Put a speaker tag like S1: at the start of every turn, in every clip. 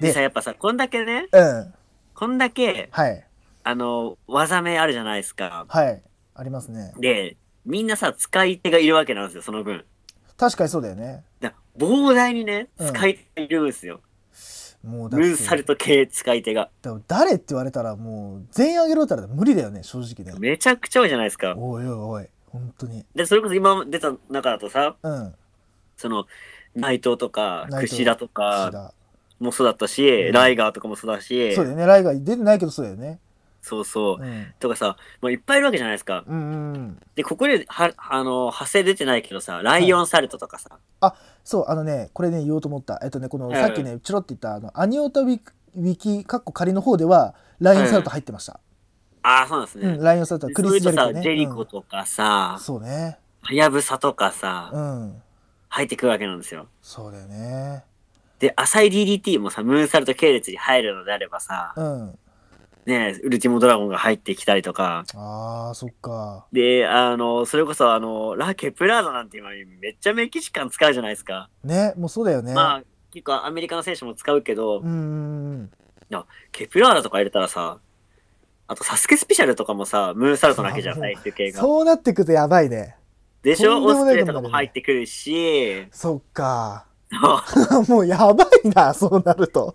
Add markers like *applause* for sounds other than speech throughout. S1: で
S2: でさ、やっぱさ、こんだけね、
S1: うん。
S2: こんだけ、
S1: はい。
S2: あの、技名あるじゃないですか。
S1: はい。ありますね。
S2: で、みんなさ、使い手がいるわけなんですよ、その分。
S1: 確かにそうだよね。
S2: だ膨大にね、
S1: うん
S2: 使い手がいるんですよ。
S1: もうだっ
S2: ム
S1: て
S2: ーンサルト系使い手が。
S1: だから誰って言われたらもう全員あげろって言われたら無理だよね、正直ね。
S2: めちゃくちゃ多いじゃないですか。
S1: おいおいおい。本当に。
S2: で、それこそ今出た中だとさ、
S1: うん。
S2: その、内藤とか、ク
S1: 内藤
S2: シダと
S1: 岸
S2: か
S1: 田。
S2: もそうだったし、
S1: うん
S2: ライガーとかもそうだし、
S1: そうだよね。ライガー出てないけどそうだよね。
S2: そうそう
S1: う。ん。
S2: とかさ、もういっぱいいるわけじゃないですか。
S1: うんうんうん。
S2: で、ここで、は、あの、派生出てないけどさ、ライオンサルトとかさ、
S1: そう、あのね、これね、言おうと思った。えっとね、この
S2: うん
S1: さっきね、チロって言った、あの、アニオタウィキ、ウィキ、カッコ仮の方では、ラインサルト入ってました。
S2: ああ、そうなんです
S1: う
S2: ね
S1: ん、。ラインサルトは
S2: で
S1: ク
S2: そ
S1: リ
S2: うい
S1: ス・
S2: う
S1: ジェ
S2: と
S1: リコ
S2: さ、
S1: ね。
S2: ジェリコとかさ
S1: うん、そうね。
S2: はやぶさとかさ、
S1: うん。
S2: 入ってくるわけなんですよ。
S1: そうだよね。
S2: で、浅い DDT もさ、ムーンサルト系列に入るのであればさ、
S1: うん。
S2: ねえ、ウルティモドラゴンが入ってきたりとか、
S1: あー、そっか。
S2: で、あの、それこそあの、ラ・ケプラードなんて今めっちゃメキシカン使うじゃないですか。
S1: ね、もうそうだよね。
S2: まあ、結構アメリカの選手も使うけど、
S1: うんうんうん。
S2: ケプラーラとか入れたらさ、あとサスケスペシャルとかもさ、ムーンサルトなわけじゃん、
S1: そう
S2: 最終形が。
S1: そうなってくとやばいね。
S2: でしょ
S1: とんで
S2: オ
S1: も
S2: ス
S1: な
S2: プ
S1: い
S2: レイ
S1: ことと
S2: か
S1: になるね
S2: も入ってくるし、
S1: そっか。
S2: そ
S1: *laughs* もうやばいな、そうなると。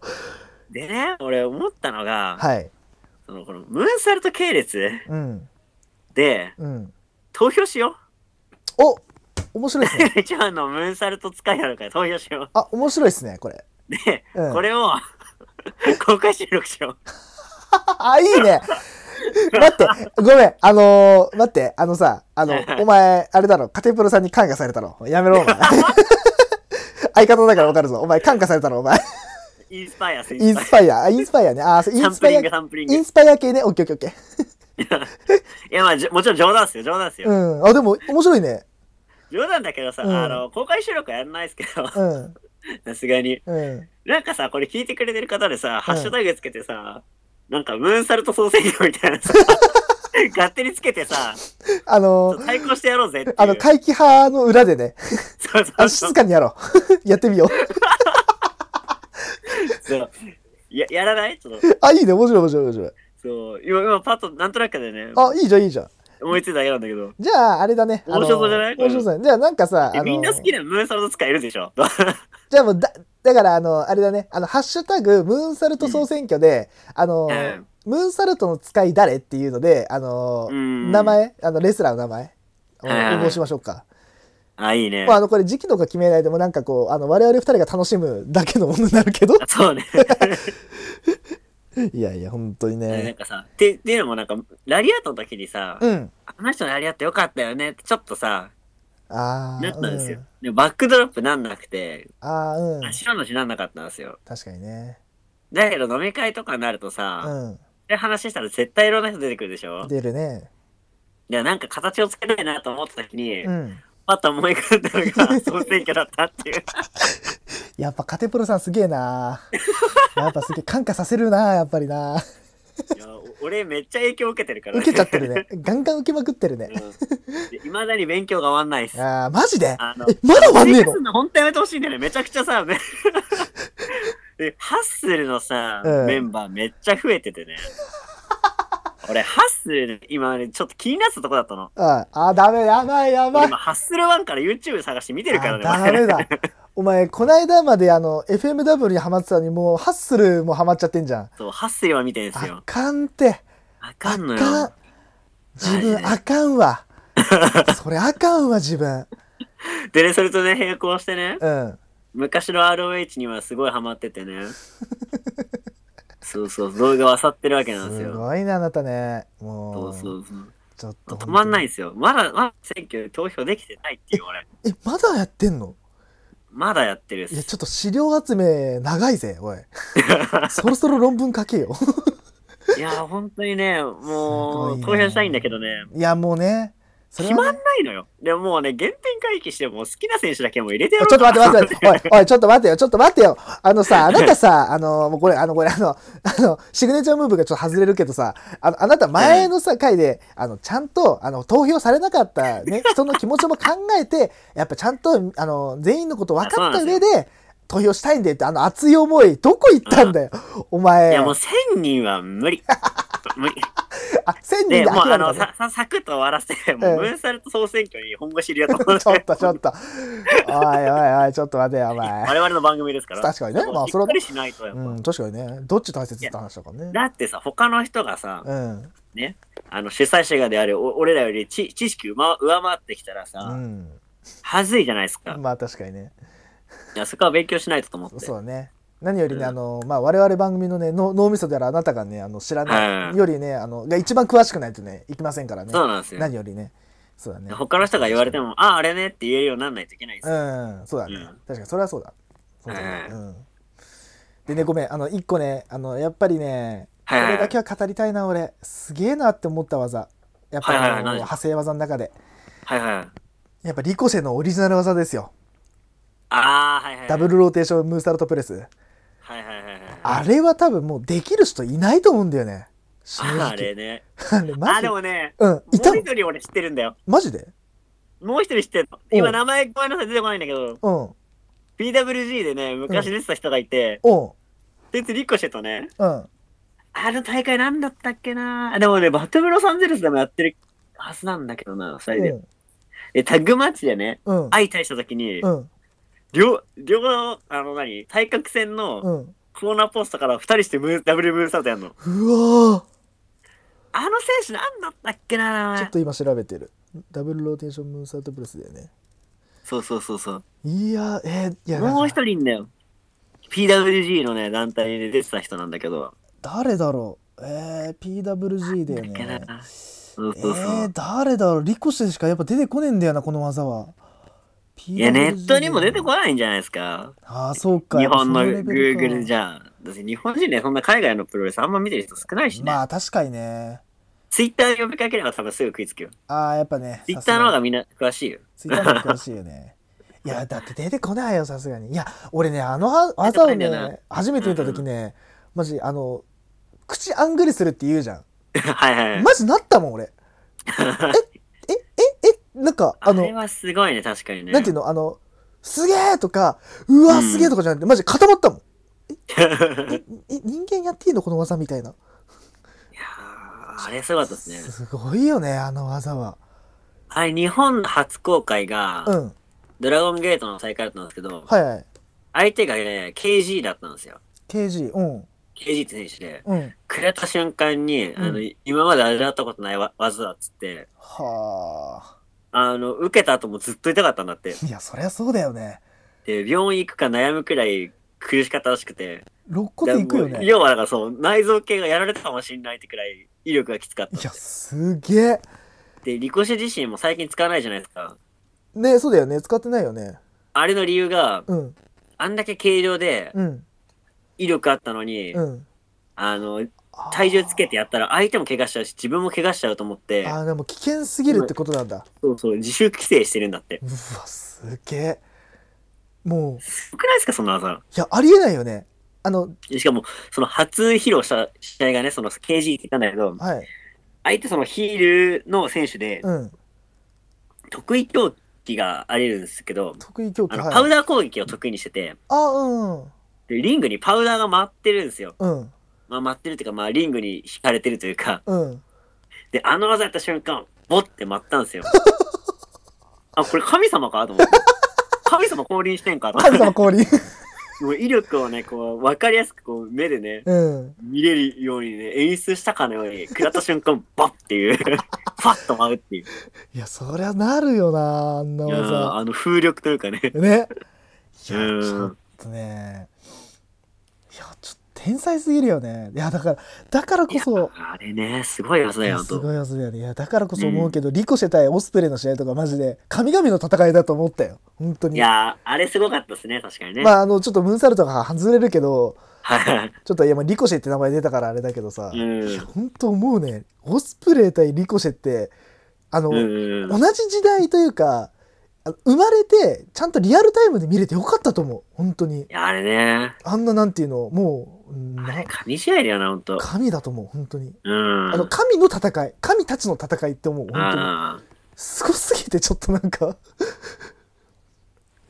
S2: うでね、俺思ったのが、
S1: はい。
S2: そのこのムーンサルト系列
S1: うん。
S2: で
S1: うん。
S2: 投票しよ
S1: お面白いですね。
S2: う。 *laughs* 一番のムーンサルト使いなのから投票しよ
S1: あ、面白いですね、これ。
S2: う。で、
S1: うん
S2: これを *laughs* 公開収録しよ
S1: あ、いいね。待って、ごめん、あのー、待って、あのさ、
S2: *laughs*
S1: あの、お前、あれだろ、カテプロさんに感化されたろ。やめろ、
S2: *laughs*
S1: お前。相方だからわかるぞ。お前、感化されたろ、お前。
S2: う。インスパイアス、イ
S1: イ
S2: ン
S1: ン
S2: スパイ
S1: スパイア、あインスパイアね。あ、そうイ
S2: ア。サ
S1: ン
S2: ン
S1: ス
S2: プ
S1: パイ
S2: リ
S1: ア
S2: ング、、サンプリン
S1: イ
S2: グ。い
S1: ンスパイア系ね。オッケーオッケーオッケ
S2: や、まあ、じょもちろん冗談ですよ、冗談です
S1: ー。
S2: よ。
S1: うん。あ、でも、面白いね。
S2: 冗談だけどさ、
S1: うん
S2: あの、公開収録はやんないですけど、 *laughs*
S1: うん。
S2: さすがに。
S1: うん。
S2: なんかさ、これ聞いてくれてる方でさ、ハッシュタグつけてさ、なんかムーンサルト総選挙みたい
S1: *laughs*
S2: なさ、勝手につけてさ、
S1: あのー、
S2: 対抗してやろうぜっていう。
S1: あの、怪奇派の裏でね、
S2: そうそ
S1: あの
S2: う
S1: 静かにやろう。 *laughs* やってみよう。
S2: そう。や、やらないちょっと。
S1: あ、いいね。面白い、面白い、面白い。
S2: そう。今、今パッと、なんとなくでね、
S1: あ、いいじゃん、いいじゃん。
S2: 思いついただけなんだけど。
S1: じゃあ、あれだね。あのー
S2: 面白そうじゃない
S1: 面白そうだねじゃあ、なんかさ、
S2: え
S1: あのー
S2: みんな好きなムーンサルト使いるでし
S1: *laughs*
S2: ょ
S1: じゃあもうだ、だからあの、あれだね、あの、ハッシュタグ、ムーンサルト総選挙で、あの、
S2: うん
S1: ムーンサルトの使い誰っていうので、あの、
S2: うん
S1: 名前、あの、レスラーの名前。を
S2: はいはいはい
S1: 応募しましょうか。
S2: あ、いいね
S1: まあ、。あの、これ時期のか決めないでもなんかこう、あの、我々二人が楽しむだけのものになるけど。
S2: そうね。
S1: いやいや、本当に
S2: なん
S1: *laughs* ね。
S2: かさ、って、っていうのもなんか、ラリアットの時にさ、
S1: うん。
S2: あの人のラリアットよかったよねって、ちょっとさ、
S1: ああ。
S2: なったんですよ
S1: うん。
S2: でもバックドロップなんなくて、
S1: ああ、うん。
S2: 白の字なんなかったんですよ。
S1: 確かにね。
S2: だけど飲み会とかになると
S1: う
S2: さ、
S1: ん。
S2: で話したら絶対いろんな人出てくるでしょ
S1: 出るね。
S2: で、なんか形をつけたいなと思った時に、
S1: うん。
S2: パッと思い浮かんだの
S1: *laughs*
S2: が総選挙だったっていう。
S1: やっぱカテプロさんすげえな。やっぱすげえ感化させるな、やっぱりな。
S2: いやお俺めっちゃ影響受けてるから、
S1: 受けちゃってるね。ガンガン受けまくってるね。
S2: いまだに勉強が終わんないっす。
S1: ああ、マジで
S2: あの
S1: え、まだ終わんねえ
S2: 追加
S1: の
S2: すんの本当やめてほしいんだよね。めちゃくちゃさ、めでハッスルのさ、
S1: うん
S2: メンバーめっちゃ増えててね。俺、ハッスル、今ね、ちょっと気になったとこだったの。
S1: ああ、ダメ、やばい、やば
S2: 俺
S1: い。
S2: 今、ハッスル1から YouTube 探して見てるからね。
S1: あ
S2: 俺
S1: ダメだ。お前、こないだまであの、FMW にハマってたのに、もう、ハッスルもハマっちゃってんじゃん。
S2: そう、ハッスルは見てるんです
S1: あ
S2: よ。
S1: かんって。
S2: あ
S1: あ
S2: かんのよ。
S1: かん。自
S2: マジ
S1: 分、
S2: で
S1: あか
S2: *laughs*
S1: んわ。それあかんわ、自分。
S2: でね、それとね、並行してね、
S1: うん。
S2: 昔の ROH にはすごいハマってて
S1: *laughs*
S2: ね。そうそう、動画を漁ってるわけなんです
S1: す
S2: よ。
S1: ごいな、あなたね。も、
S2: そううそうそう。
S1: ちょっと。
S2: 止まんないんですよ。まだ、まだ選挙投票できてないっていう俺。
S1: え、まだやってんの
S2: まだやってるっ
S1: いや、
S2: す。
S1: ちょっと資料集め、長いぜ、
S2: *laughs*
S1: おい。そろそろ論文書けよ。
S2: いやー、本当にね、もう、
S1: すご
S2: 投
S1: いね
S2: 票したいんだけどね、
S1: いや、もうね。それ
S2: 決
S1: はね
S2: まんないのよ。でももうね、原点回帰してもう好きな選手だけもう入れてやろう
S1: *laughs* ちょっと待って待って待って。おい、おい、ちょっと待ってよ、ちょっと待ってよ。あのさ、あなたさ、あの、もうこれ、あの、これ、あの、あの、シグネチャームーブがちょっと外れるけどさ、あの、あなた前のさ、回で、あの、ちゃんと、あの、投票されな
S2: *laughs*
S1: かったね、人の気持ちも考えて、やっぱちゃんと、あの、全員のこと分かった上で、投票したいんだよって、あの熱い思い、どこ行ったんだよ。お
S2: い
S1: 前。
S2: や、もう
S1: あ、
S2: 1000人は無
S1: *laughs*
S2: 理。無理。
S1: 千人で
S2: で、もうあ
S1: 諦め
S2: の、
S1: たね。
S2: さ、さ、サクッと終わらせて、もう、
S1: うん
S2: ムーンサルト総選挙に本腰入れようと思っ。
S1: *laughs* ちょってとちょっと。おいおいおい、ちょっと待てよ、お前
S2: 我。々の番組ですから。
S1: 確かにねまあそ
S2: れしっ
S1: れは
S2: かりしないと、やっぱ。
S1: うん、確かにね。どっち大切って話だからね。
S2: だってさ、他の人がさ、
S1: うん。
S2: あの主催者がであるお俺らより知知識うま上回ってきたらさ、
S1: うん。
S2: はずいじゃないです *laughs* か。
S1: まあ確かにね。
S2: いや、そこは勉強しないとと思って。
S1: そうだね。何よりね、
S2: うん
S1: あの、まあ、我々番組のね、の脳みそであるあなたがね、あの、知らな
S2: うん
S1: い、よりね、あの、が一番詳しくないとね、いきませんからね。
S2: そうなんですよ。
S1: 何よりね。そうだね。
S2: 他の人が言われても、ああ、あれねって言えるようにならないといけないんですよ。
S1: うん、そうだね。
S2: うん
S1: 確かに、それはそうだ。そうだね。
S2: う
S1: うん。でね、ごめん、あの、一個ね、あの、やっぱりね、こ
S2: はいはい
S1: れだけは語りたいな、俺。すげえなって思った技。やっぱり、
S2: はいはい
S1: あの
S2: 何
S1: 派生技の中で。
S2: はいはい。あ
S1: やっぱ、リコシェのオリジナル技ですよ。
S2: あー、はいはい。
S1: ダブルローテーションムーサルトプレス。
S2: はいはいはいはい。
S1: あれは多分もうできる人いないと思うんだよね。正
S2: ああ
S1: 直。
S2: れね。
S1: あれ、
S2: あ
S1: *laughs* マ
S2: ー、で
S1: ジで。
S2: もね、
S1: うん、い
S2: も
S1: た
S2: う一人俺知ってるんだよ。
S1: マジで
S2: もう一人知ってるの。今
S1: お
S2: 名前ごめんなさい出てこないんだけど、
S1: うん、うん、
S2: PWG でね、昔出てた人がいて、そいつリコシェとね、
S1: うん。
S2: あの大会なんだったっけなあでもね、バトルロサンゼルスでもやってるはずなんだけどな、それで。で、タッグマッチでね、
S1: うん、
S2: 相対した時に、
S1: うん、
S2: 両、両、あの何、対角線の
S1: うん。
S2: コーナーポストから二人してムーダブルムーンサルトやんの。
S1: うわ
S2: あの選手なんだったっけな
S1: ーちょっと今調べてる。ダブルローテーションムーンサルトプレスだよね。
S2: そうそうそうそう。
S1: いやー、えー、いや、
S2: もう
S1: なん
S2: 一
S1: か
S2: 人いんだよ。PWG のね、団体で出てた人なんだけど。
S1: 誰だろうえー、PWG だよ
S2: だっけ
S1: ね。
S2: なそう
S1: え
S2: そうそう。
S1: ー、誰だろうリコシェしかやっぱ出てこねえんだよな、この技は。
S2: いや、ネットにも出て
S1: ない。
S2: こないんじゃないですか。
S1: ああ、そうか。
S2: 日本の
S1: やっぱそレベルか
S2: Google じゃ。だって日本人ね、そんな海外のプロレスあんま見てる人少ないしね。
S1: まあ、確かにね。
S2: Twitter で呼びかければ多分すぐ食いつくよ。
S1: ああ、やっぱね。さす
S2: Twitter
S1: が
S2: の方がみんな詳しいよ。 *laughs*
S1: ツイッターの方が詳しいよね。いや、だって出てこないよ、さすがに。いや、俺ね、あのは技を
S2: 出てこないんだよ
S1: ね、初めて見たときね、マジ、あの、口あんぐりするって言うじゃ
S2: はいはいはい
S1: ん。。マジなったもん、
S2: *laughs*
S1: 俺。え、え、え、なんか、あ
S2: あ
S1: の、
S2: れはすごいね、確かにね。
S1: なんていうの、あの、すげえとか、うわ、
S2: うん
S1: すげえとかじゃなくて、マジ固まったもん。え、人間やっていいのこの技みたいな。
S2: いやーあれすごかったですね。
S1: すごいよね、あの技は。
S2: あれ、日本初公開が
S1: う、ん。
S2: ドラゴンゲートの大会だったんですけど、
S1: はいはい。
S2: 相手がね、KG だったんですよ。
S1: KG、うん。
S2: KG って選手で、
S1: うん。
S2: くれた瞬間に、あ
S1: う
S2: の、今まで味わったことないわ技だっつって、
S1: はあ。
S2: あの、受けた後もずっと痛かったんだって。
S1: いや、そりゃそうだよね。
S2: で、病院行くか悩むくらい苦しかったらしくて、
S1: 肋骨いくよ
S2: だからも
S1: ね
S2: う。要はだからそう、内臓系がやられたかもしれないってくらい威力がきつかった
S1: い。や、すげえ。
S2: で、リコシェ自身も最近使わないじゃないですか。
S1: ね、そうだよね。使ってないよね。
S2: あれの理由が、
S1: うん、
S2: あんだけ軽量で
S1: うん、
S2: 威力あったのに、
S1: うん。
S2: あの、体重つけてやったら相手も怪我しちゃうし、自分も怪我しちゃうと思って
S1: あ、ー。あー、でも危険すぎるってことなんだ。
S2: そうそう、自主規制してるんだって。
S1: うわ、すげえ。もう、
S2: すごくないですか、そんな技。
S1: いや、ありえないよね。あの、
S2: しかも、その初披露した試合がね、その KG って言ったんだけど、
S1: はい。
S2: 相手そのヒールの選手で、
S1: うん。
S2: 得意競技がありるんですけど、
S1: 得意競
S2: あの、
S1: 技。はい、
S2: パウ
S1: ダー。
S2: ダー攻撃を得意にしてて、
S1: あ、うん。
S2: で、リングにパウダーが回ってるんですよ。
S1: うん。
S2: まあ、回ってるっていうか、まあ、リングに引かれてるというか、
S1: うん。
S2: で、あの技やった瞬間、ボッて待ったん
S1: *laughs*
S2: ですよ。あ、これ神様かと思って。神様降臨してんかと思っ
S1: 神
S2: て
S1: 様降臨。
S2: もう威力をね、こう、わかりやすくこう、目でね、
S1: *laughs* うん。
S2: 見れるようにね、演出したかのように、食らった瞬間、 *laughs* バッっていう、ファッと舞うっていう。
S1: いや、そりゃなるよな、あんない
S2: やー
S1: 技。
S2: あの風力というかね。
S1: ね。いや、
S2: うん
S1: ちょっとね。いや、ちょっと天才すぎるよね。いや、だから、だからこそ。
S2: あれね、すごい技だ
S1: い
S2: よ、
S1: や
S2: ほん
S1: す
S2: と。
S1: ごいやつだよね。いや、だからこそ思うけど、リコシェ対オスプレイの試合とかマジで、神々の戦いだと思ったよ。本当
S2: い
S1: に。
S2: やー、あれすごかったですね、確かにね。
S1: まあ、あの、ちょっとムーンサルトが外れるけど、
S2: はい。
S1: ちょっと、いや、まあ、リコシェって名前出たからあれだけどさ、
S2: うん
S1: いや、本当思うね。オスプレイ対リコシェって、あの、
S2: *laughs* うん
S1: 同。じ時代というか、あの生まれて、ちゃんとリアルタイムで見れてよかったと思う。本当に
S2: い。や、あれね、
S1: あんななんていうの、もう、うんな
S2: 神試合だよな、ほんと。
S1: 神だと思う。本当に。
S2: うん。
S1: あの、神の戦い。神たちの戦いって思う。本当に。
S2: あー
S1: すごすぎて、ちょっとなんか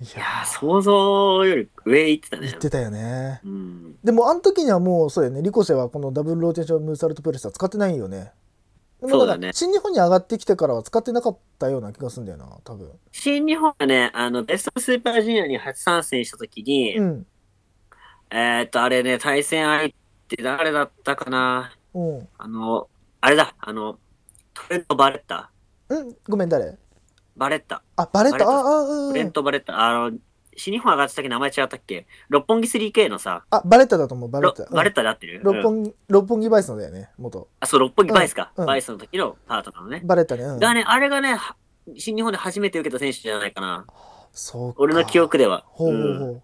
S1: い
S2: いやー、想像より上行ってたね。
S1: 言ってたよね。
S2: うん。
S1: でも、あの時にはもう、そうやね、リコセはこのダブルローテーションムーサルトプレスは使ってないよね。でも
S2: そうだね
S1: から新日本に上がってきてからは使ってなかったような気がするんだよな、多分。
S2: 新日本がね、あの、ベストスーパージュニアに初参戦した時に、
S1: うん。
S2: えーっと、あれね、対戦相手誰だったかな
S1: うん。
S2: あの、あれだ、あの、トレント・バレッタ。
S1: うん、ごめん、誰
S2: バレッタ。
S1: あ、バレた。
S2: バレた
S1: あ、あ、う
S2: ト
S1: んう
S2: レン
S1: ん。
S2: ト・バレッタ。あの、新日本上がってたっけ名前違ったっけ六本木 3K のさ、
S1: あ、バレただと思う、バレ
S2: ロ
S1: た。
S2: バレッタで合ってる、
S1: 六
S2: うん
S1: 本木、六本木バイスのだよね、元。
S2: あ、そう、六本木バイスか。
S1: うんうん
S2: バイスの時のパートナーのね。
S1: バレたね。うん
S2: がね、あれがね、は新日本で初めて受けた選手じゃないかな。
S1: そうか
S2: 俺の記。憶では。
S1: ほうほうほ
S2: うん
S1: う。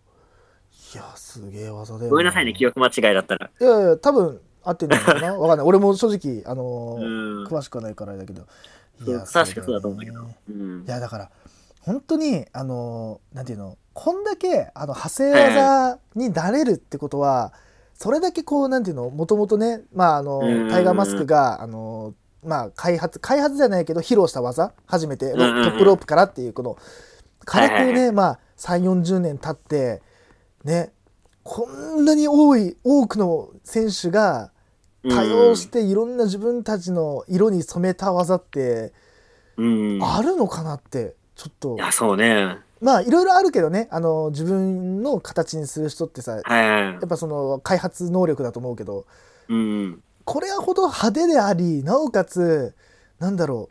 S1: いや、すげえ技だよ。
S2: ごめんなさいね、記
S1: 憶。
S2: 憶間違いだったら。
S1: いやいや、多分合ってんのかなわかんない。俺も正直、あの
S2: う
S1: ー
S2: ん。
S1: 詳しくはないからあれだけど。い
S2: そう
S1: や、
S2: 確かそうだと思うんだけど
S1: ね。
S2: うん
S1: い。や、だから、本当に、あのーなんていうの、こんだけ、あの、派生技になれるってことは、それだけこう、なんていうの、もともとね、まあ、あの
S2: うん
S1: タイガーマスクが、あのーまあ、開発、開発じゃないけど、披露した技、初めて、ロト
S2: うんうんうん
S1: ップロープからっていう、この、からこう
S2: はいはい
S1: ね、まあ、3、40年経って、ね、こんなに多い、多くの選手が、多様していろんな自分たちの色に染めた技って
S2: うん。うん。
S1: あるのかなってちょっと
S2: いや、そうね。
S1: まあいろいろあるけどねあの自分の形にする人ってさや
S2: はいはい。
S1: っぱその開発能力だと思うけど
S2: うん。
S1: これほど派手でありなおかつなんだろ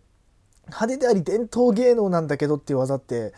S1: う派手であり伝統芸能なんだけどっていう技って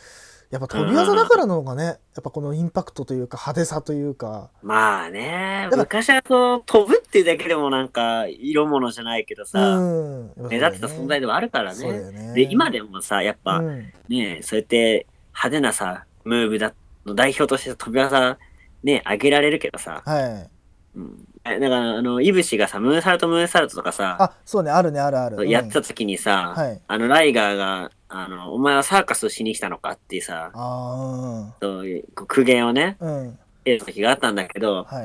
S1: やっぱ飛び技だからなのかねやっぱこのインパクトというか派手さというか
S2: まあね
S1: だ、から
S2: 昔はこう、飛ぶっていうだけでもなんか、色物じゃないけど
S1: う
S2: さ、
S1: んやっ
S2: 目
S1: ぱそうだよね
S2: 立ってた存在ではあるから
S1: そうだ
S2: ね。
S1: よね
S2: で、今でもさ、やっぱ、
S1: うん
S2: ねえ、そうやって派手なさ、ムーブだの代表として飛び技、ね、上げられるけどさ、
S1: はい
S2: うん。えだから、あの、いぶしがさ、ムーンサルトムーンサルトとかさ、
S1: あそうねあるねあるある
S2: やって
S1: う
S2: た
S1: ん
S2: 時にさ、
S1: はい
S2: あの、ライガーが、あの、お前はサーカスをしに来たのかっていうさ、
S1: あ
S2: そういうこう苦言をね、
S1: あ、うん。うん。
S2: 得る時があったんだけど、
S1: はい。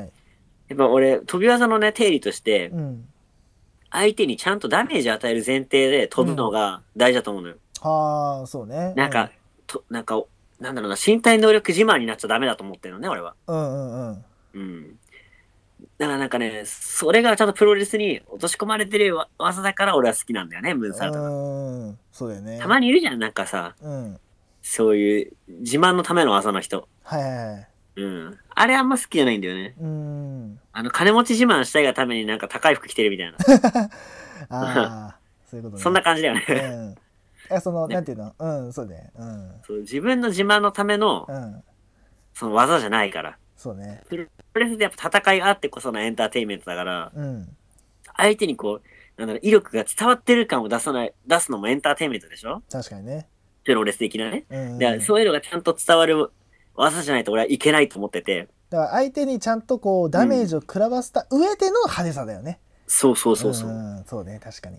S2: やっぱ俺、飛び技のね、定理として、
S1: うん。
S2: 相手にちゃんとダメージ与える前提で飛ぶのが大事だと思うのよ。
S1: ああ、そうね。
S2: なんか、と、なんか、なんだろうな、身体能力自慢になっちゃダメだと思ってるのね、俺は。
S1: うん、うんうんうん。
S2: うん。だからなんかね、それがちゃんとプロレスに落とし込まれてるわ技だから俺は好きなんだよね、ムーンサルトが。
S1: うん。そうだよね。
S2: たまにいるじゃん、なんかさ、
S1: うん。
S2: そういう自慢のための技の人。
S1: はいはいはい。
S2: うん。あれあんま好きじゃないんだよね。
S1: うん。
S2: あの、金持ち自慢したいがためになんか高い服着てるみたいな。
S1: ああ、そういうことね。
S2: そんな感じだよ
S1: う
S2: ね。 *laughs*
S1: ん。え、その、
S2: ね
S1: なんていうのうん、そうね。うん。
S2: そう自分の自慢のための、
S1: うん。
S2: その技じゃないから。
S1: そうね。
S2: プロレスでやっぱ戦いがあってこそのエンターテインメントだから、
S1: うん。
S2: 相手にこう、なんだろう、威力が伝わってる感を出さない、出すのもエンターテインメントでしょ
S1: 確かにね。
S2: プロレス的なね。
S1: うん、うん。
S2: だからそういうのがちゃんと伝わる技じゃないと俺はいけないと思ってて。
S1: だから相手にちゃんとこう、ダメージを食らわせた上での派手さだよね。
S2: そうそうそうそう。
S1: んんそうね、確かに。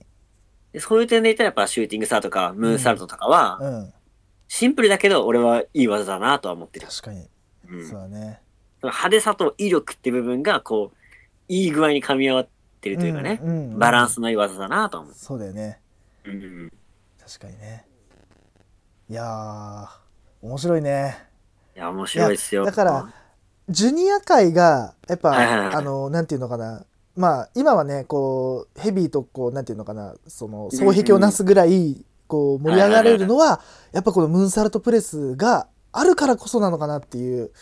S2: でそういう点で言ったらやっぱシューティングサーとかムーンサルトとかは、
S1: うん。
S2: シンプルだけど俺はいい技だなとは思ってる。
S1: 確かに。
S2: うん、
S1: そう
S2: その
S1: だね。
S2: 派手さと威力って部分がこう、いい具合に噛み合ってるというかね、
S1: うんうんうん
S2: バランスのいい技だなと思う。
S1: そうだよね。
S2: うんうん
S1: 確かにねいやー面白いね
S2: いや、面白いっすよ。
S1: だから、ジュニア界がやっぱ、
S2: はいはいはい
S1: あのなんていうのかなまあ今はねこうヘビーとこうなんていうのかなその双璧をなすぐらい、こう盛り上がれるのは、やっぱこのムーンサルトプレスがあるからこそなのかなっていうふうにやっ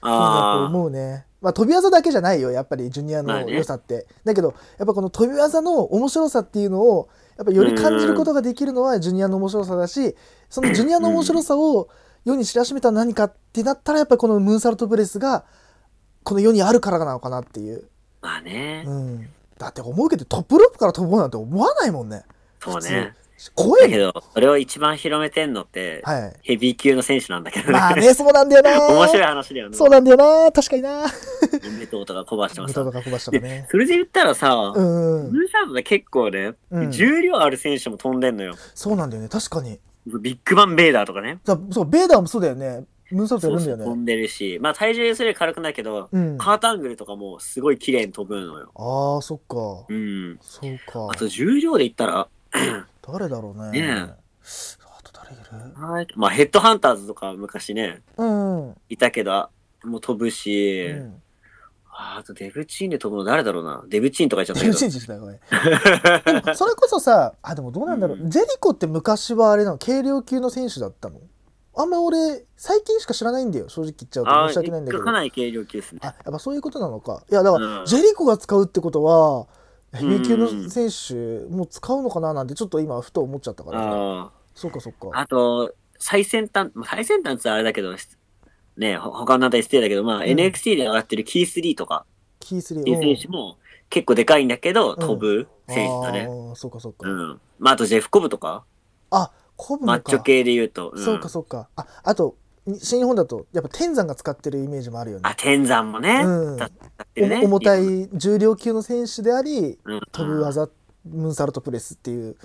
S1: ぱ
S2: ああ、
S1: 思うねまあ飛び技だけじゃないよやっぱりジュニア
S2: まあ
S1: の
S2: ね
S1: 良さって、だけどやっぱこの飛び技の面白さっていうのをやっぱより感じることができるのはジュニアの面白さだしそのジュニアの面白さを世に知らしめた何かってなったらやっぱりこのムーンサルトプレスがこの世にあるからなのかなっていう、
S2: まあね
S1: う。ん、だって思うけどトップロープから飛ぼうなんて思わないもんね
S2: そうね。
S1: 怖
S2: だ
S1: い
S2: け
S1: ね
S2: ど、それを一番広めてんのって、
S1: はい
S2: ヘビー級の選手なんだけどね。
S1: まあねそうなんだよ
S2: *laughs*
S1: な
S2: 面白い話だよね。
S1: そうなんだよな確かにな
S2: 武藤とかコバしてま
S1: 豚
S2: し
S1: と
S2: た。
S1: か小橋とかね
S2: それで言ったらさ、
S1: う
S2: ム
S1: ん、うん
S2: ーンサードで結構ね、
S1: うん、
S2: 重量ある選手も飛んでんのよ。
S1: そうなんだよね確かに
S2: ビッグバンベーダーとかね。
S1: だそう、ベーダーもそうだよね。ムーンサルトや
S2: そう
S1: るんだ
S2: そう
S1: よ
S2: 飛
S1: ね。
S2: んでるし、まあ体重それより軽くないけど、
S1: うん。あ
S2: カータングルとかもすごい綺麗に飛ぶのよ。
S1: あ、そっか
S2: う。ん。
S1: そう
S2: あ
S1: か。
S2: と重量で言ったら、
S1: 誰だろう
S2: ね
S1: ね。
S2: え
S1: あと誰いる
S2: はいまあ、ヘッドハンターズとか昔ね、
S1: うん。うん
S2: いたけど、もう飛ぶし、ああとデブチーンで飛ぶの誰だろうな。デブチーンとか言っちゃった
S1: 厳
S2: け
S1: しい
S2: ど。
S1: んですね、これ。でも、それこそさ、あ、でもどうなんだろう。
S2: うん
S1: ジェリコって昔はあれなの、軽量級の選手だったのあんま俺、最近しか知らないんだよ、正直言っちゃうと。
S2: あ
S1: 申し訳ないんだけ
S2: あ、
S1: ど。
S2: かなり軽量級ですね
S1: あ。やっぱそういうことなのか。いやだから、
S2: うん
S1: ジェリコが使うってことはヘビー級の
S2: うん
S1: 選手も使うのかななんてちょっと今ふと思っちゃったから
S2: あ
S1: そうかそう
S2: あ
S1: か
S2: あと、最先端、まあ最先端って言ったらあれだけど、ね、ほ他の団体失礼だけど、まあ、NXT で上がってるキースリーとか
S1: キースリ
S2: っていう選手
S1: ー
S2: も結構でかいんだけど、
S1: ん
S2: 飛ぶ選手だ
S1: あ
S2: ね。
S1: ーそうかそうか、
S2: うん。まあ、あとジェフコブとか、
S1: コブ
S2: マ
S1: の
S2: ッチ
S1: か
S2: ョ系で言うと。ん
S1: そうかそうかああとに新日本だとやっぱ天山が使ってるイメージもあるよね
S2: あ、天山もね。
S1: うん
S2: だってね
S1: お重たい重量級の選手であり
S2: うん
S1: 飛ぶ技ムーンサルトプレスっていう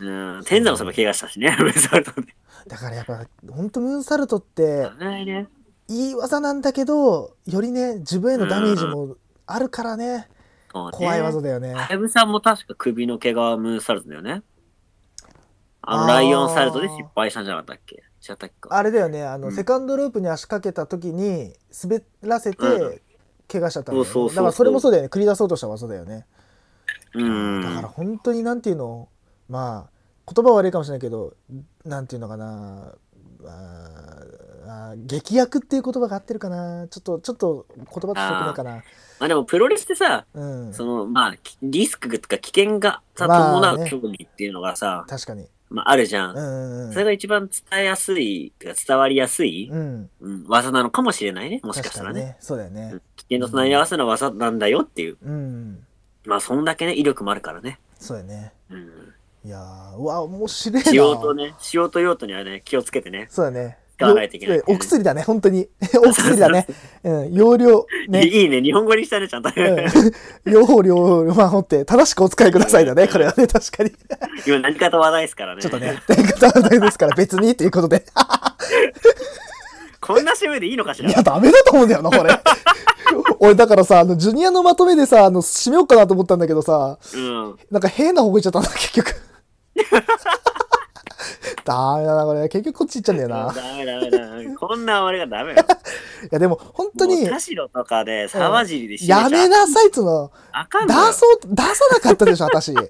S2: うん。天山もその怪我したしね、 *laughs* レザルトで。
S1: だからやっぱほんとムーンサルトって
S2: ないね。
S1: いい技なんだけどよりね自分へのダメージもあるからね、
S2: そうね
S1: 怖い技だよね。
S2: ハヤブさんも確か首の毛がムーンサルトだよね。あ
S1: あ
S2: の、
S1: ー
S2: ライオンサルトで失敗したんじゃなかったっけ違ったっけか。
S1: あれだよね、あの、
S2: うん
S1: セカンドループに足かけた時に滑らせて
S2: うん
S1: 怪我しちゃったんだよね
S2: そうそうそうそう
S1: だからそれもそうだよね、繰り出そうとした技だよね。
S2: うん。
S1: だから本当になんていうの、まあ言葉は悪いかもしれないけど、なんていうのかな、あーあー劇薬っていう言葉が合ってるかな、ちょっとちょっと言葉としてよくないかな。
S2: まあでもプロレスってさ、
S1: うん、
S2: その、まあ、きリスクとか危険がさ
S1: まあ
S2: 伴
S1: ね
S2: う競技っていうのがさ、
S1: 確かに。
S2: まああるじゃ。
S1: うんんうん
S2: それが一番伝えやすい、てか伝わりやすい、
S1: うん、うん、
S2: うん技なのかもしれないね。もしか
S1: 確
S2: した
S1: からに
S2: ね。
S1: ね、そうだよね
S2: うん。危険と隣り合わせの技なんだよっていう。
S1: うん、
S2: まあ、そんだけね、威力もあるからね。
S1: そうだよね。
S2: うん。
S1: いやー、うわ面白いな。
S2: 使用とね、使用と用途にはね、気をつけてね。
S1: そうだね。
S2: 使わないといけない
S1: よお薬だね、本当に。 *laughs* お薬だね。うん、容量、ね。
S2: いいね、日本語にしたね、ちゃんとね。
S1: うん、用法、量、まあ、ほって、正しくお使いくださいだね、これはね、確かに。ち
S2: 今何かと話題ですからね。
S1: ょっとね、伝え方は大ですから、別にということで。
S2: こんな締めでいいのかしら
S1: いや、ダメだと思うんだよな、これ。 *laughs* 俺、だからさ、あの、ジュニアのまとめでさ、あの、締めようかなと思ったんだけどさ、
S2: うん。
S1: なんか変な方向いっちゃったんだ、結
S2: *laughs*
S1: 局。ダメだな、これ。結局こっち行っちゃうんだよ
S2: ダ
S1: な。
S2: メダメダメ。こんな終わりがダメよ。
S1: いや、でも、本当に
S2: もう、田代とかで沢尻で締めちゃ
S1: やめなさいっつうの。
S2: あかん
S1: 出
S2: のよ
S1: そう、出さなかったでし
S2: *laughs*
S1: ょ、私。なん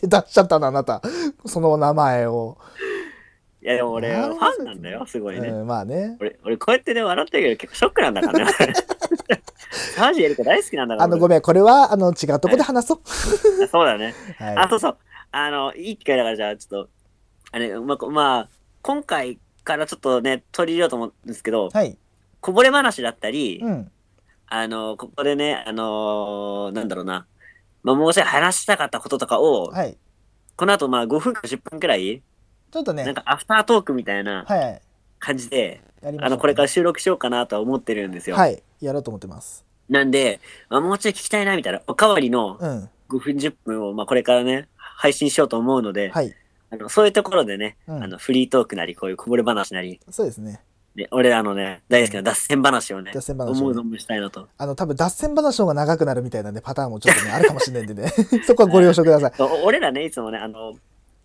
S1: で出しちゃったの、あなた。その名前を。
S2: いやでも俺、ファンなんだよ、すごいね。
S1: うん、まあね。
S2: 俺、俺こうやってね、笑ってるけど結構ショックなんだからね。
S1: *laughs*
S2: 沢尻エリカ大好きなんだから。
S1: あの、
S2: 俺
S1: ごめん、これは、あの、違うとこで話そう。
S2: そうだね。
S1: はい。
S2: あ、そうそう。あの、いい機会だから、じゃあ、ちょっと、あれ、まあこ、まあ、今回からちょっとね、取り入れようと思うんですけど、
S1: はい。
S2: こぼれ話だったり、
S1: うん。
S2: あの、ここでね、あのーなんだろうな、まあ、もうちょい話したかったこととかを、
S1: はい。
S2: この後、まあ、5分か10分くらい、
S1: ちょっと
S2: なん
S1: ね、
S2: かアフタートークみたいな
S1: はいはい。
S2: 感じで、
S1: やりましょう
S2: あの、これから収録しようかなとは思ってるんですよ。
S1: はい。やろうと思ってます。
S2: なんで、まあ、もうちょい聞きたいな、みたいな、おかわりの
S1: うん。
S2: 5分10分を、まあ、これからね、配信しようと思うので、
S1: はい。
S2: あのそういうところでね、
S1: うん
S2: あの、フリートークなり、こういうこぼれ話なり、
S1: そうですね。
S2: ね、俺らのね、大好きな脱線話をね、
S1: 脱線話をね
S2: 思う存分したいなと。
S1: あの、多分脱線話の方が長くなるみたいなんで、パターンもちょっとね、あるかもしれないんでね。 *laughs* そこはご了承ください。
S2: お俺らね、いつもね、あの、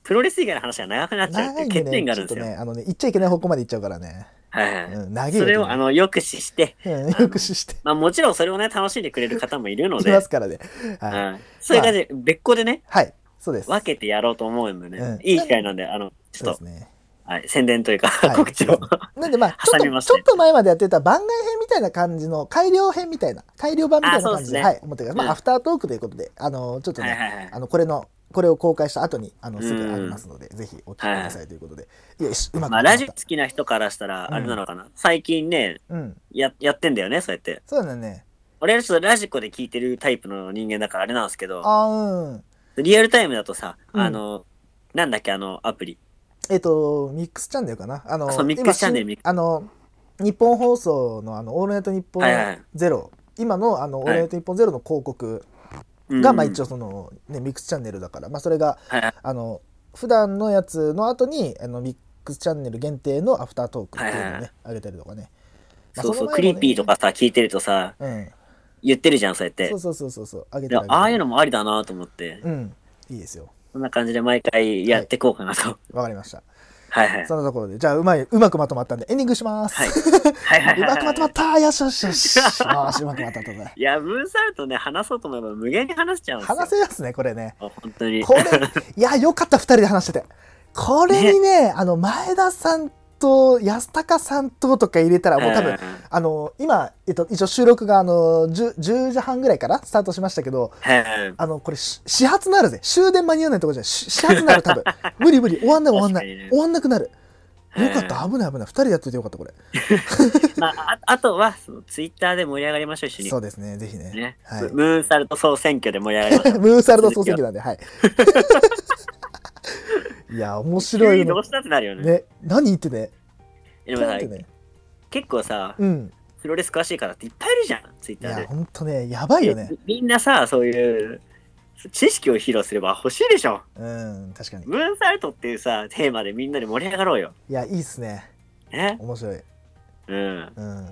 S2: プロレス以外の話が長くなっちゃうっ
S1: 長
S2: てい
S1: いうで
S2: 欠点が *laughs*
S1: ね、
S2: あ
S1: ち
S2: るん
S1: ょっと
S2: ですよ。
S1: ね、あのね、行っちゃいけない方向まで行っちゃうからね。
S2: はいはい、
S1: うん、長いよ、ね。
S2: それをあの抑止して、
S1: *laughs* うん、抑止して。
S2: まあ、もちろんそれをね楽しんでくれる方もいるの
S1: い
S2: で、
S1: ますからね。
S2: う
S1: はい。
S2: ん、そういう感じで別個でね
S1: はい。そうです。
S2: 分けてやろうと思うんでね、
S1: うん
S2: いい機会なんであのちょ
S1: そう
S2: っと、
S1: ですね。
S2: はい、宣伝というか、
S1: い
S2: 告知
S1: そう
S2: を
S1: でなんでまあ、ちょ
S2: *laughs*
S1: っ
S2: 挟みま
S1: と、
S2: し
S1: ち
S2: た
S1: ょ
S2: ね
S1: っと前までやってた番外編みたいな感じの、改良編みたいな、改良版みたいな感じで、
S2: あそうですね
S1: はい、思ってくださいま
S2: う
S1: あ、
S2: ん
S1: アフタートークということで、あのー、ちょっと
S2: はい
S1: ね、
S2: はいはい
S1: あの、これの、これを公開した後に、あの、すぐありますので、ぜひお聞きくださいということで。よし、うまく
S2: まあ、
S1: ま
S2: ラ
S1: と
S2: ジ
S1: ま
S2: オ
S1: っ
S2: 好きな人からしたらあれなのかな、最近ね
S1: た。うん。
S2: ややってんだよねそうやって
S1: そうだね。
S2: 俺はちょっとラジコで聞いてるタイプの人間だからあれなんですけど
S1: あーうん。
S2: リアルタイムだとさ
S1: うん
S2: あの、なんだっけあのアプリ
S1: えっ、と、ミックスチャンネルかな。あの
S2: あそうミックスチャンネル
S1: 今
S2: ミック
S1: あの、日本放送の、あの、オールナイトニッポン
S2: はいはい
S1: ゼロ、今の、あの、オールナイトニッポンゼロの広告
S2: うん
S1: が、まあ一応その、ね、ミックスチャンネルだから、まあそれが、
S2: はいはい
S1: あの、普段のやつの後に、あの、ミックスチャンネル限定のアフタートークっていうの
S2: は
S1: を
S2: いは
S1: ね、あげたりとかね。まあ
S2: そうそう、
S1: の前もね
S2: クリーピーとかさ聞いてるとさ
S1: うん。
S2: 言ってるじゃんそうやって
S1: そうそうそうそうそう、あげ
S2: い
S1: て
S2: や
S1: げて
S2: ああいうのもありだなと思って、
S1: うん。いいですよ。
S2: そんな感じで毎回やっていこうかなと。
S1: わかりました。
S2: はいはい。
S1: そんなところで、じゃあうまい、うまくまとまったんで、エンディングします。 *laughs*
S2: はいはいはいは
S1: う
S2: いは
S1: ま
S2: い。
S1: くまとまったよしよしよし。よし、うまくまとまったね。
S2: いや、ムーンサルトね、話そうと思えば無限に話しちゃうんですよ。
S1: 話せますね、これね。
S2: あ本当に。
S1: これ、いや、よかった、二人で話してて。これにね、あの、前田さんと安高さんととか入れたら、もう多分、
S2: ん
S1: あの、今、えっと、一応収録が、あの、10, 10時半ぐらいからスタートしましたけど、
S2: うん
S1: あの、これ、し始発なるぜ。終電間に合わないとこじゃない。し始発なる、
S2: *laughs*
S1: 多分。無理無理。終わんない終わんな
S2: 確か
S1: い。
S2: にね
S1: 終わんなくなる。
S2: うん
S1: よかった、危ない危ない。二人でやっといてよかった、これ。
S2: まあ、ああとは、そのツイッターで盛り上がりましょう、一緒に。
S1: そうですね、ぜひね。
S2: ね
S1: はい
S2: ムーンサルト総選挙で盛り上がりましょう。
S1: *laughs* ムーンサルト総選挙なんで、
S2: *laughs*
S1: はい。いや、 *laughs* 面白
S2: 急
S1: い
S2: にど
S1: の
S2: う。したってなるよね。
S1: ね、何言ってね。
S2: でもさ
S1: ピョンってね。
S2: 結構さ、
S1: うん。
S2: プロレス詳しい方っていっぱいいるじゃん、ツイッ
S1: い
S2: ター
S1: や、
S2: で。
S1: ほんとね、やばいよね。
S2: みみんなさ、そういう知識を披露すれば欲しいでしょ。
S1: うん、確かに。
S2: ムーンサルトっていうさ、テーマでみんなで盛り上がろうよ。
S1: いや、いいっすね。
S2: ね。
S1: 面白い。
S2: うん。
S1: うん。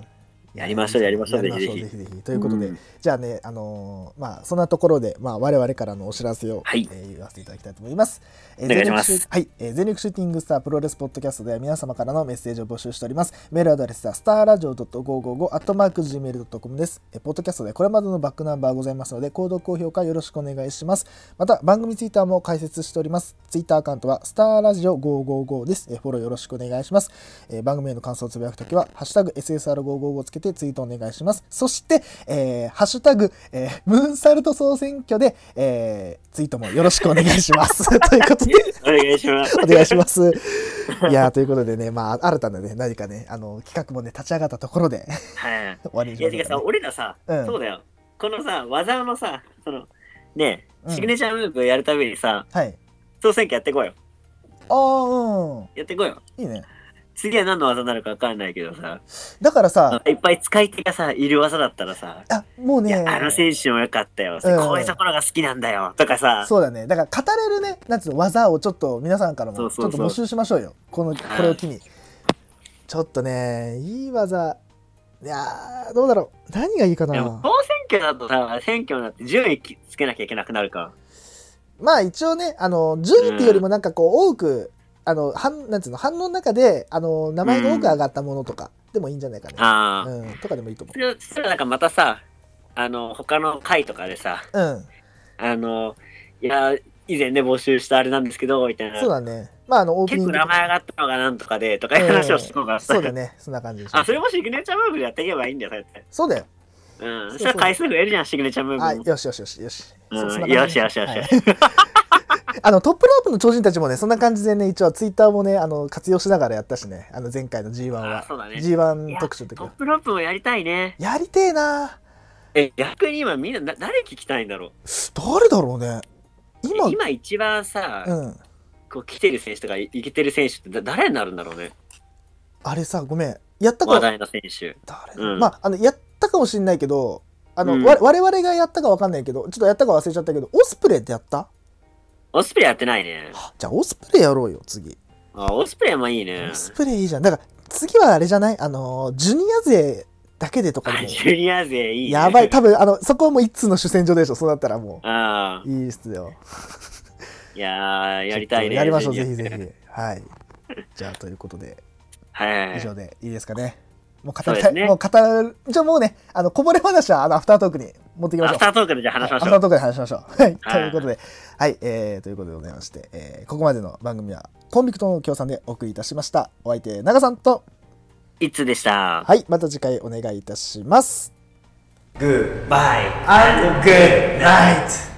S2: やりましょうやりましょう
S1: やりま
S2: ぜ
S1: し
S2: ひぜ
S1: ょうぜひぜひ。ということで、
S2: うん
S1: じゃあね、あのーまあ、そんなところで、まあ、我々からのお知らせを、
S2: はい
S1: えー言わせていただきたいと思います。え
S2: お
S1: ー
S2: 願いします
S1: 全力シュはい、えー全力シューティングスタープロレスポッドキャストでは皆様からのメッセージを募集しております。メールアドレスは、スターラジオ .555-gmail.com です。えーポッドキャストでこれまでのバックナンバーございますので、購読、高評価よろしくお願いします。また、番組ツイッターも開設しております。ツイッターアカウントは、スターラジオ555です。えーフォローよろしくお願いします。えー番組への感想をつぶやくときは、ハッシュタグ SSR555 をつけてツイートお願いします。そして、えーハッシュタグ、えームーンサルト総選挙で、えーツイートもよろしくお願いし
S2: *laughs*
S1: ます。ということで、
S2: お願いします。
S1: お願いします。いやー、ということでね、まあ、新たなね、何かね、あの、企画もね、立ち上がったところで *laughs*
S2: はい。
S1: 終わりに
S2: い
S1: し
S2: や、
S1: ま
S2: て
S1: しょ
S2: かさ、
S1: うかね、
S2: 俺らさ、
S1: うん
S2: そうだよ。このさ、技のさ、その、ね
S1: うん
S2: シグネチャームーブやるためにさ、
S1: はい。
S2: 総選挙やってこいよ。
S1: ああ、
S2: やってこいよ。
S1: うん。いいね。
S2: 次は何の技になるか分かんないけどさ、
S1: だからさ、
S2: いっぱい使い手がさ、いる技だったらさ、
S1: あ、もう
S2: い
S1: ね、
S2: や、あの選手もよかったよ、
S1: うん
S2: こういうところが好きなんだよ、とかさ、
S1: そうだね。だから語れるね、なんつうの、技をちょっと皆さんから
S2: そ
S1: も
S2: う
S1: ち
S2: そ
S1: ょ
S2: う
S1: っと
S2: そう
S1: 募集しましょうよ。この、これを機に。ちょっとね、いい技。いやー、どうだろう。何がいいか
S2: でも
S1: な
S2: 総。選挙だとさ、選挙になって順位つけなきゃいけなくなるか。
S1: まあ一応ね、あの、順位っていうよりもなんかこう、多く、あの、反、なんつうの、反応の中で、あの、名前が多く上がったものとか、でもいいんじゃないかね。
S2: ああ。
S1: うん、とかでもいいと思
S2: それそしたらなんかまたさ、あの、他の回とかでさ、
S1: う。うん。
S2: あの、いや、以前ね、募集したあれなんですけど、みたいな
S1: そう。だね。まああの、オープニ
S2: 結構
S1: ングと
S2: 名
S1: か。
S2: 前上がったのがなんとかで、とかいう話をしてこうからさ。
S1: そうだね。そんな感じでしょ
S2: あ、それもシグネチャームーブでやっていけばいいんだよ、そうやって。
S1: そうだよ。
S2: うん。
S1: そ
S2: そうしたら回数増えるじゃん、シグネチャーム
S1: あ
S2: ーブも。
S1: よしよしよしよし。
S2: うん
S1: そそな感じ
S2: よしよしよしよし
S1: はい *laughs* あのトップロープの超人たちもねそんな感じでね一応ツイッターもねあの活用しながらやったしねあの前回の G1
S2: あ
S1: は、
S2: そうだね。い
S1: G1
S2: や
S1: 特集の時
S2: トッ
S1: は
S2: プロープもやりたいね。
S1: やりてえな
S2: え、逆に今みんなな誰聞きたいんだろう
S1: 誰だろうね今
S2: 今一番さ、
S1: うん
S2: こう来てる選手とかいいけてる選手ってだ誰になるんだろうね
S1: あれさごめんやったか
S2: 話題
S1: 誰
S2: の選手
S1: だ、
S2: うん
S1: まああのやったかもしんないけどあの、
S2: うん
S1: わ我々がやったかわかんないけどちょっとやったか忘れちゃったけどオスプレイってやった
S2: オスプレイやってないね
S1: じゃあオスプレイやろうよ次
S2: あオスプレイもいいね
S1: オスプレイいいじゃんだから次はあれじゃないあのジュニア勢だけでとかで
S2: あ
S1: も
S2: ジュニア勢いい、ね、
S1: やばい、多分あのそこはもう一通の主戦場でしょ、そうなったらも
S2: ああ
S1: う。いいっすよ。
S2: いやーやりたいね
S1: やりましょう、
S2: ジュ
S1: ぜ
S2: ニ
S1: ひ
S2: ア
S1: ぜひ。はい。じゃあ、ということで、
S2: はい
S1: 以上でいいですかね。もう
S2: そ
S1: 語
S2: うで
S1: りたい、
S2: すね
S1: もう語る、じゃあもうね、あのこぼれ話はあのアフタートークに持ってきま
S2: ア
S1: しょ
S2: フ。
S1: う
S2: タートークでじゃあ
S1: は
S2: 話
S1: い
S2: しま
S1: ア
S2: し
S1: フ
S2: ょ
S1: タ
S2: う
S1: ートークで話しましょう。はい。と
S2: はい
S1: いうことで、はい、えー、ということでございまして、えーここまでの番組はコンビクトの協賛でお送りいたしました。お相手、長さんと、
S2: いつでした
S1: はい、また次回お願いいたします。
S2: グッバイ
S1: And good night!